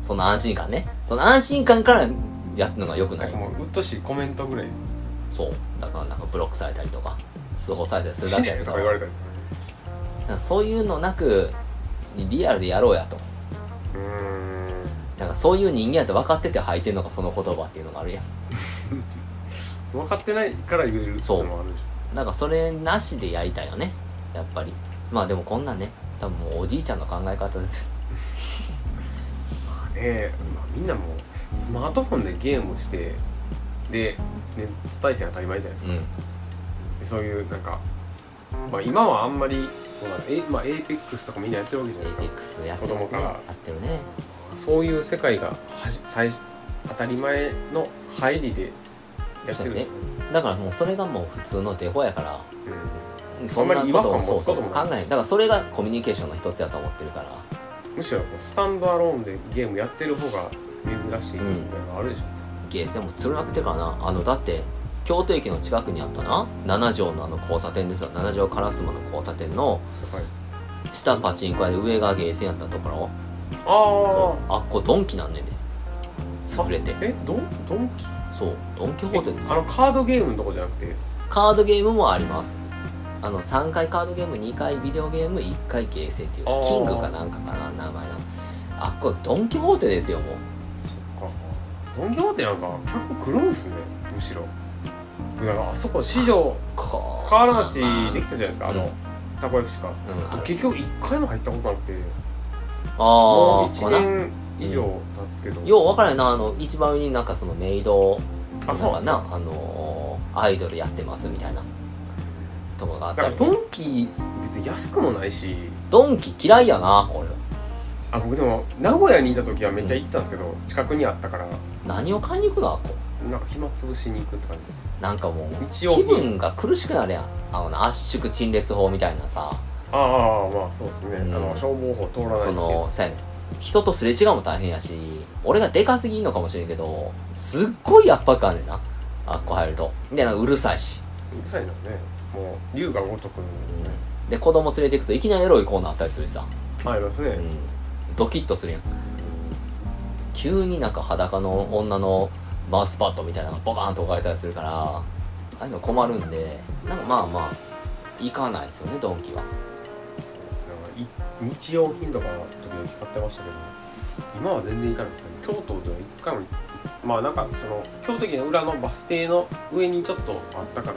Speaker 1: その安心感ねその安心感からやるのがよくな
Speaker 2: なん
Speaker 1: い
Speaker 2: かもううっとしいコメントぐらい
Speaker 1: そうだからなんかブロックされたりとか通報されたりするだ
Speaker 2: 死
Speaker 1: けや
Speaker 2: ね
Speaker 1: け
Speaker 2: と
Speaker 1: ど
Speaker 2: か言われたりと
Speaker 1: なんかそういうのなくリアルでやろうやと
Speaker 2: かね
Speaker 1: だからそういう人間やって分かってて吐いてんのかその言葉っていうのがあるやん
Speaker 2: うーん分かってないから言えるっていのもあるでし
Speaker 1: だからそれなしでやりたいよねやっぱりまあでもこんなんね多分もうおじいちゃんの考え方ですよ
Speaker 2: ょまあねまあみんなもうスマートフォンでゲームしてでネット対戦当たり前じゃないですか、
Speaker 1: ん
Speaker 2: でそういうなんかまあ今はあんまりこうなんかえまあエイペックスとかみんなやってるわけじゃ
Speaker 1: エイ
Speaker 2: ないです
Speaker 1: ペ
Speaker 2: か
Speaker 1: ックスやってます
Speaker 2: 子供
Speaker 1: ね
Speaker 2: から
Speaker 1: やってるね
Speaker 2: そういう世界がはじ最初当たり前の入りでやってるんですよね。
Speaker 1: だからもうそれがもう普通のデフォやからそ
Speaker 2: あん
Speaker 1: ん
Speaker 2: ま
Speaker 1: な
Speaker 2: り
Speaker 1: こ
Speaker 2: 違和
Speaker 1: と
Speaker 2: 感
Speaker 1: を
Speaker 2: を
Speaker 1: そう
Speaker 2: 持つ
Speaker 1: そ
Speaker 2: こ
Speaker 1: う
Speaker 2: と
Speaker 1: 考
Speaker 2: も
Speaker 1: え
Speaker 2: ない
Speaker 1: ないだからそれがコミュニケーションの一つやと思ってるから
Speaker 2: うんむしろこうスタンドアローンでゲームやってる方が珍しいみたいなのあるでしょ、
Speaker 1: ゲーセンもつるなくてるからなあのだって京都駅の近くにあったな7条のあの交差点ですよ7条烏丸の交差点の
Speaker 2: はい
Speaker 1: 下パチンコ屋で上がゲーセンやったところ
Speaker 2: あ
Speaker 1: あっこドンキなんねんで潰れて
Speaker 2: あえドンドンキ
Speaker 1: そうドン・キホーテです
Speaker 2: あ
Speaker 1: よ
Speaker 2: のカードゲームのとこじゃなくて
Speaker 1: カードゲームもありますあの3回カードゲーム2回ビデオゲーム1回ゲーセンっていう
Speaker 2: あー
Speaker 1: キングかなんかかな名前のあっこドン・キホーテですよもう
Speaker 2: かドン・キホーテなんか客来るんすねむしろだからあそこ市場
Speaker 1: こう
Speaker 2: 河原町できたじゃないですかあの、たこ焼きしか
Speaker 1: うん、ある
Speaker 2: 結局一回も入ったことなくても
Speaker 1: あ
Speaker 2: う
Speaker 1: ー
Speaker 2: 1
Speaker 1: まあな
Speaker 2: 年以上経つけど、
Speaker 1: よう分からんなあの一番上になんかそのメイドな
Speaker 2: あ
Speaker 1: ん
Speaker 2: そう
Speaker 1: か
Speaker 2: なんです
Speaker 1: な
Speaker 2: か
Speaker 1: あのーアイドルやってますみたいなとかがあっ
Speaker 2: だか
Speaker 1: た
Speaker 2: ら
Speaker 1: り
Speaker 2: ド
Speaker 1: ね
Speaker 2: ンキ別に安くもないし
Speaker 1: ドンキ嫌いやな俺
Speaker 2: あ僕でも名古屋にいた時はめっちゃ行ってたんですけど、近くにあったから
Speaker 1: 何を買いに行くのあっこ
Speaker 2: なんか暇つぶしに行くって感じです
Speaker 1: なんかもう
Speaker 2: 日
Speaker 1: 気
Speaker 2: 曜日
Speaker 1: 分が苦しくなるやんあの圧縮陳列法みたいなさ
Speaker 2: ああまあそうですね、
Speaker 1: うん
Speaker 2: あの消防法通らないって
Speaker 1: そ
Speaker 2: や
Speaker 1: の
Speaker 2: つ
Speaker 1: さやねん人とすれ違うも大変やし俺がでかすぎんのかもしれんけどすっごい圧迫感ねんなあっこ入るとでなんかうるさいし、
Speaker 2: うるさいなねもう龍が如く
Speaker 1: で子供連れていくといきなりエロいコーナーあったりするしさ
Speaker 2: ありますね、
Speaker 1: うん、ドキッとするやん急になんか裸の女のマウスパッドみたいなのがボカーンと置かれたりするからああいうの困るんでなんかまあまあ行かないですよねドンキは
Speaker 2: そうですねい日用品とかは時々買ってましたけど今は全然行かないですね京都では一回も行まあなんかその京都駅の裏のバス停の上にちょっとあったから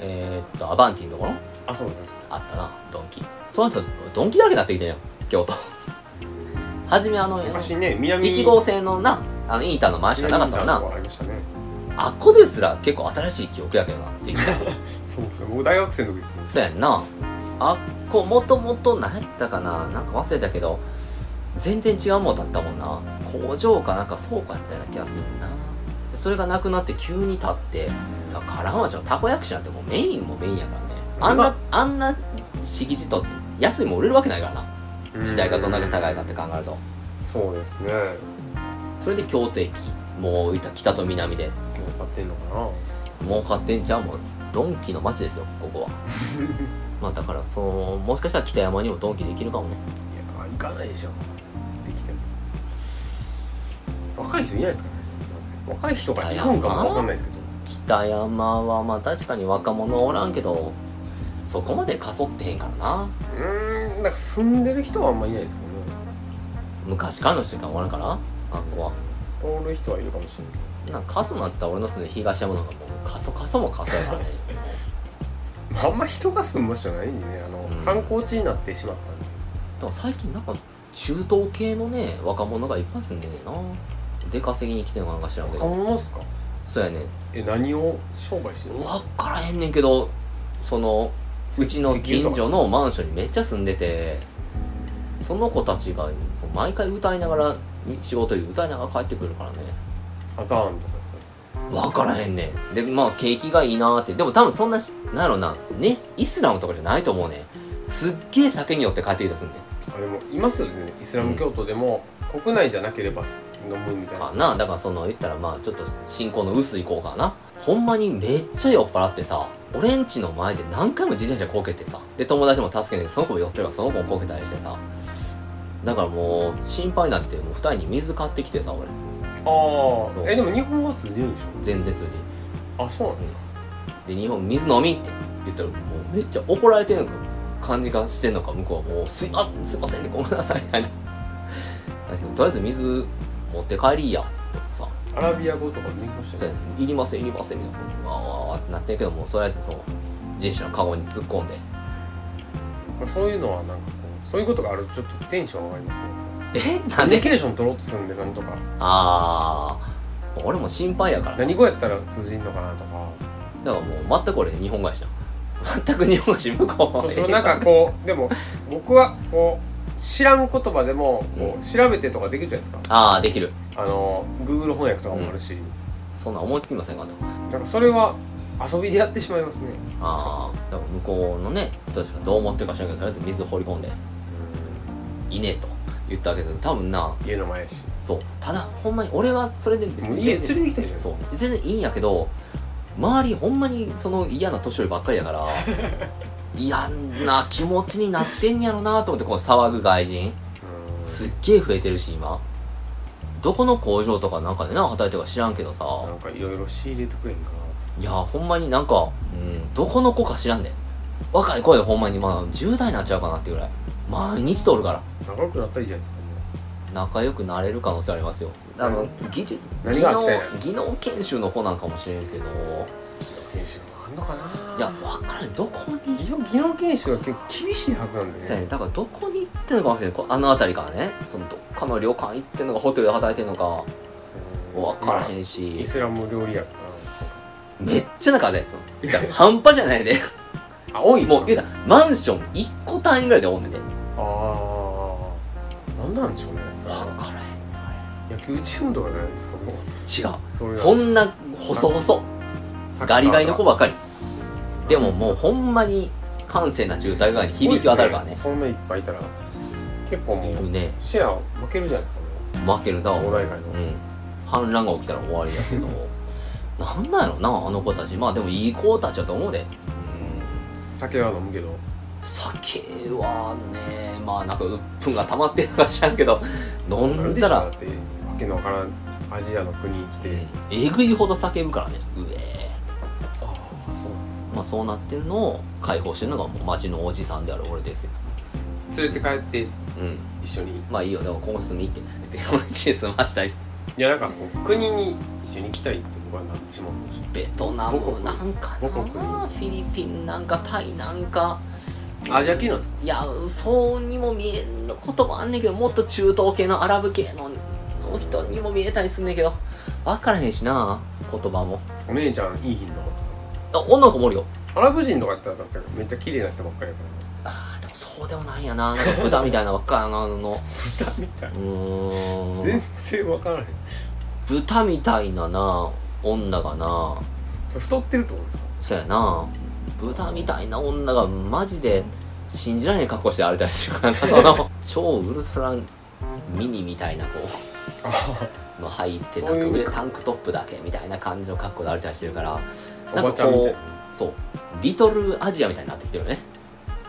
Speaker 1: えー、っとアバンティのところ
Speaker 2: あそうです
Speaker 1: あったなドンキそうなったらドンキだらけになってきてるよ京都初めあの
Speaker 2: 昔ね南
Speaker 1: 1号線のなあのインターの前しかなかったもん
Speaker 2: 南
Speaker 1: な
Speaker 2: にあるとこありましたね
Speaker 1: あっこですら結構新しい記憶やけどなっていう
Speaker 2: そうですね僕大学生の時ですね
Speaker 1: そうやんなあっこもともと何やったかななんか忘れたけど全然違うもんだったもんな工場かなんか倉庫やったような気がするねんなでそれがなくなって急に立ってだからカランマちゃんたこ焼き師なんてもうメインもメインやからねあんなあんな敷地取って安いもん売れるわけないからな時代がどんだけ高いかって考えると
Speaker 2: そうですねも
Speaker 1: それで京都駅もういた北と南で
Speaker 2: う買ってんのかな
Speaker 1: 儲かってんちゃうもんドンキの街ですよここはまあだからそのもしかしたら北山にもドンキできるかもね
Speaker 2: いや行かないでしょできても若い人いないですかねなんせ若い人が行くんかもわかんないですけど
Speaker 1: 北山はまあ確かに若者はおらんけどそこまでかそってへんからな
Speaker 2: うーんなんか住んでる人はあんまいないですけどね
Speaker 1: 昔からの人しかおらんからあんこは
Speaker 2: 通る人はいるかもしれな
Speaker 1: なん
Speaker 2: い
Speaker 1: か過疎なんつったら俺の住んでる東山の方がもう過疎過疎も過疎やからね
Speaker 2: まああんま人が住む場所ないんでねあの、
Speaker 1: うん
Speaker 2: 観光地になってしまったんで
Speaker 1: でも最近なんか中東系のね若者がいっぱい住んでんねんな出稼ぎに来てんのかなんか知らんけ
Speaker 2: 若
Speaker 1: ど
Speaker 2: 者っすか
Speaker 1: そうやね
Speaker 2: え何を商売してるの
Speaker 1: 分からへんねんけどそのうちの近所のマンションにめっちゃ住んでてその子たちが毎回歌いながら仕事で歌いながら帰ってくるからね
Speaker 2: アザーンとかですか
Speaker 1: 分からへんねんでまあ景気がいいなーってでも多分そんなしなんやろな、ね、イスラムとかじゃないと思うねすっげえ酒に酔って帰ってきたりすんねん
Speaker 2: あでもいますよねイスラム教徒でも、国内じゃなければす飲むみたいな
Speaker 1: かなだからその言ったらまあちょっと信仰の薄い子かなほんまにめっちゃ酔っ払ってさ俺んちの前で何回も自転車こけてさで友達も助けてその子も酔ってるからその子もこけたりしてさだからもう心配になってもう二人に水買ってきてさ俺
Speaker 2: あ
Speaker 1: そう
Speaker 2: あえでも日本語は通じるんでし
Speaker 1: 全然通
Speaker 2: ょあそうなんですか
Speaker 1: にで日本水飲みって言ったらもうめっちゃ怒られてるのか感じがしてんのか向こうはもうすいませんすいませんねごめんなさいみたいなだけどとりあえず水持って帰りやってさ
Speaker 2: アラビア語とか勉強して
Speaker 1: そう
Speaker 2: る
Speaker 1: やねいりませんいりませんみたいなわーわーわーってなってるけどもうそれやってもう自身のカゴに突っ込んで
Speaker 2: まあそういうのはなんかこうそういうことがあるとちょっとテンション上がりますね
Speaker 1: えな
Speaker 2: コ
Speaker 1: ん
Speaker 2: ミュ
Speaker 1: で
Speaker 2: ニケーション取ろうとするんでなんとか
Speaker 1: ああ俺も心配やからだか
Speaker 2: 何語やったら通じんのかなとか
Speaker 1: らもう全く俺日本語やしな全く日本語やし向こうは
Speaker 2: そうそうなんかこうでも僕はこう知らん言葉でもこ
Speaker 1: うん
Speaker 2: う調べてとかできるじゃないです か、
Speaker 1: ああできる
Speaker 2: あの Google 翻訳とかもあるし、
Speaker 1: そんなん思いつきませんかと
Speaker 2: なんかそれは遊びでやってしまいますね
Speaker 1: ああだから向こうのね人たちがどう思ってるか知らんけどとりあえず水放り込んで「いねえ」と言ったわけです多分な
Speaker 2: 家の前やし
Speaker 1: そうただほんまに俺はそれで別
Speaker 2: もう
Speaker 1: に
Speaker 2: 家連れてきたらいいじゃないです
Speaker 1: そ
Speaker 2: か
Speaker 1: う全然いいんやけど周りほんまにその嫌な年寄りばっかりだから 嫌な気持ちになってんやろなと思ってこの騒ぐ外人
Speaker 2: うん
Speaker 1: すっげえ増えてるし今どこの工場とかなんかでな働いてるか知らんけどさ
Speaker 2: なんかいろいろ仕入れてくれんか
Speaker 1: いやほんまになんか、うん、どこの子か知らんで若い子でほんまにまあ10代になっちゃうかなっていうぐらい毎日通るから
Speaker 2: な仲良くなったらいいじゃないですかも
Speaker 1: 仲良くなれる可能性ありますよあの技術技
Speaker 2: 何があ
Speaker 1: 能
Speaker 2: って
Speaker 1: 技能研修の子なんかもしれんけど
Speaker 2: う研修があんのかない
Speaker 1: や分からんどこに
Speaker 2: 技能技能研修が結構厳しいはずなんで
Speaker 1: そうや
Speaker 2: ね
Speaker 1: ねだからどこに行ってんのかわかんないこあの辺りからねそのどっかの旅館行ってんのかホテルで働いてんのか
Speaker 2: うん
Speaker 1: 分からへ
Speaker 2: ま
Speaker 1: ん
Speaker 2: あ
Speaker 1: し
Speaker 2: イ、スラム料理やか
Speaker 1: めっちゃ仲良いですよ言ったら半端じゃないで
Speaker 2: らあ多いんすか
Speaker 1: もう言うたらマンション1個単位ぐらいでおんねんで
Speaker 2: ああなんなんでしょうねそれ
Speaker 1: 分
Speaker 2: は
Speaker 1: からへんねんあ
Speaker 2: 野球チームとかじゃないですか
Speaker 1: れ
Speaker 2: もう
Speaker 1: 違う
Speaker 2: それ
Speaker 1: そんな細々
Speaker 2: サッカー
Speaker 1: ガ
Speaker 2: と
Speaker 1: リ
Speaker 2: か
Speaker 1: ガリの子ばっかりでももうほんまに閑静な住宅街に響き渡るからね
Speaker 2: そうですそんないっぱいいたら結構も
Speaker 1: いうるね
Speaker 2: シェア負けるじゃないですかも
Speaker 1: 負けるだ
Speaker 2: う町内会の
Speaker 1: うん、反乱が起きたら終わりだけどなんなんやろなあの子たちまあでもいい子たちだと思うで、うん、
Speaker 2: 酒は飲むけど
Speaker 1: 酒はねまあなんか鬱憤が溜まってるのか知らんけど飲
Speaker 2: なんで
Speaker 1: だ
Speaker 2: しょうだ
Speaker 1: ら
Speaker 2: ってわけのわからんアジアの国に来て、
Speaker 1: うんえぐいほど叫ぶからねうえ
Speaker 2: ああそうなんです
Speaker 1: ーまあそうなってるのを解放してるのがもう町のおじさんである俺ですよ
Speaker 2: 連れて帰って
Speaker 1: うん
Speaker 2: 一緒に
Speaker 1: まあいいよでも今後住みってでこの家に住ましたり
Speaker 2: いやなんかこう国に一緒に行きたいって僕はなってしまうんですよ
Speaker 1: ベトナ
Speaker 2: 母
Speaker 1: ム
Speaker 2: 国
Speaker 1: なんかな
Speaker 2: 母国
Speaker 1: フィリピンなんかタイなんか
Speaker 2: アジア系なんですか
Speaker 1: いやそうにも見えんのこともあんねんけどもっと中東系のアラブ系のの人にも見えたりすんねんけど分からへんしな言葉も
Speaker 2: お姉ちゃんいい品のと
Speaker 1: あ女の子もおるよ
Speaker 2: かアラブ人とかやったらだってめっちゃ綺麗な人ばっかりやか
Speaker 1: あーでもそうでもないんやななんか豚みたいなばっかりやなあ の
Speaker 2: ら豚みたいう
Speaker 1: ー
Speaker 2: 全
Speaker 1: ん
Speaker 2: 然わからへん
Speaker 1: 豚みたいなな女がな
Speaker 2: それ太ってるってことですか
Speaker 1: そやな豚みたいな女がマジで信じられへん格好して歩いたりする からなその超ウルトラミニみたいなこうの入ってなんか
Speaker 2: そうい
Speaker 1: 上
Speaker 2: うか
Speaker 1: タンクトップだけみたいな感じの格好で歩いたりしてるから
Speaker 2: お
Speaker 1: なん
Speaker 2: ば
Speaker 1: か
Speaker 2: ちゃんみたい
Speaker 1: こ
Speaker 2: な
Speaker 1: うそうリトルアジアみたいになってきてるよね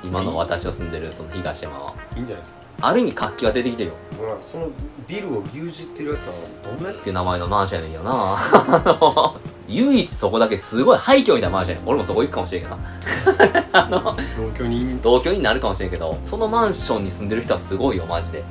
Speaker 1: 今の私の住んでるその東山はい
Speaker 2: いんじゃないですか
Speaker 1: ある意味活気は出てきてるよ
Speaker 2: まあそのビルを牛耳ってるやつはどんなや
Speaker 1: っ
Speaker 2: つ
Speaker 1: ていう名前のマンションやねんけどな 唯一そこだけすごい廃墟みたいなマンションや俺もそこ行くかもしれんけどなあの
Speaker 2: 同居人
Speaker 1: 同居になるかもしれんけどそのマンションに住んでる人はすごいよマジで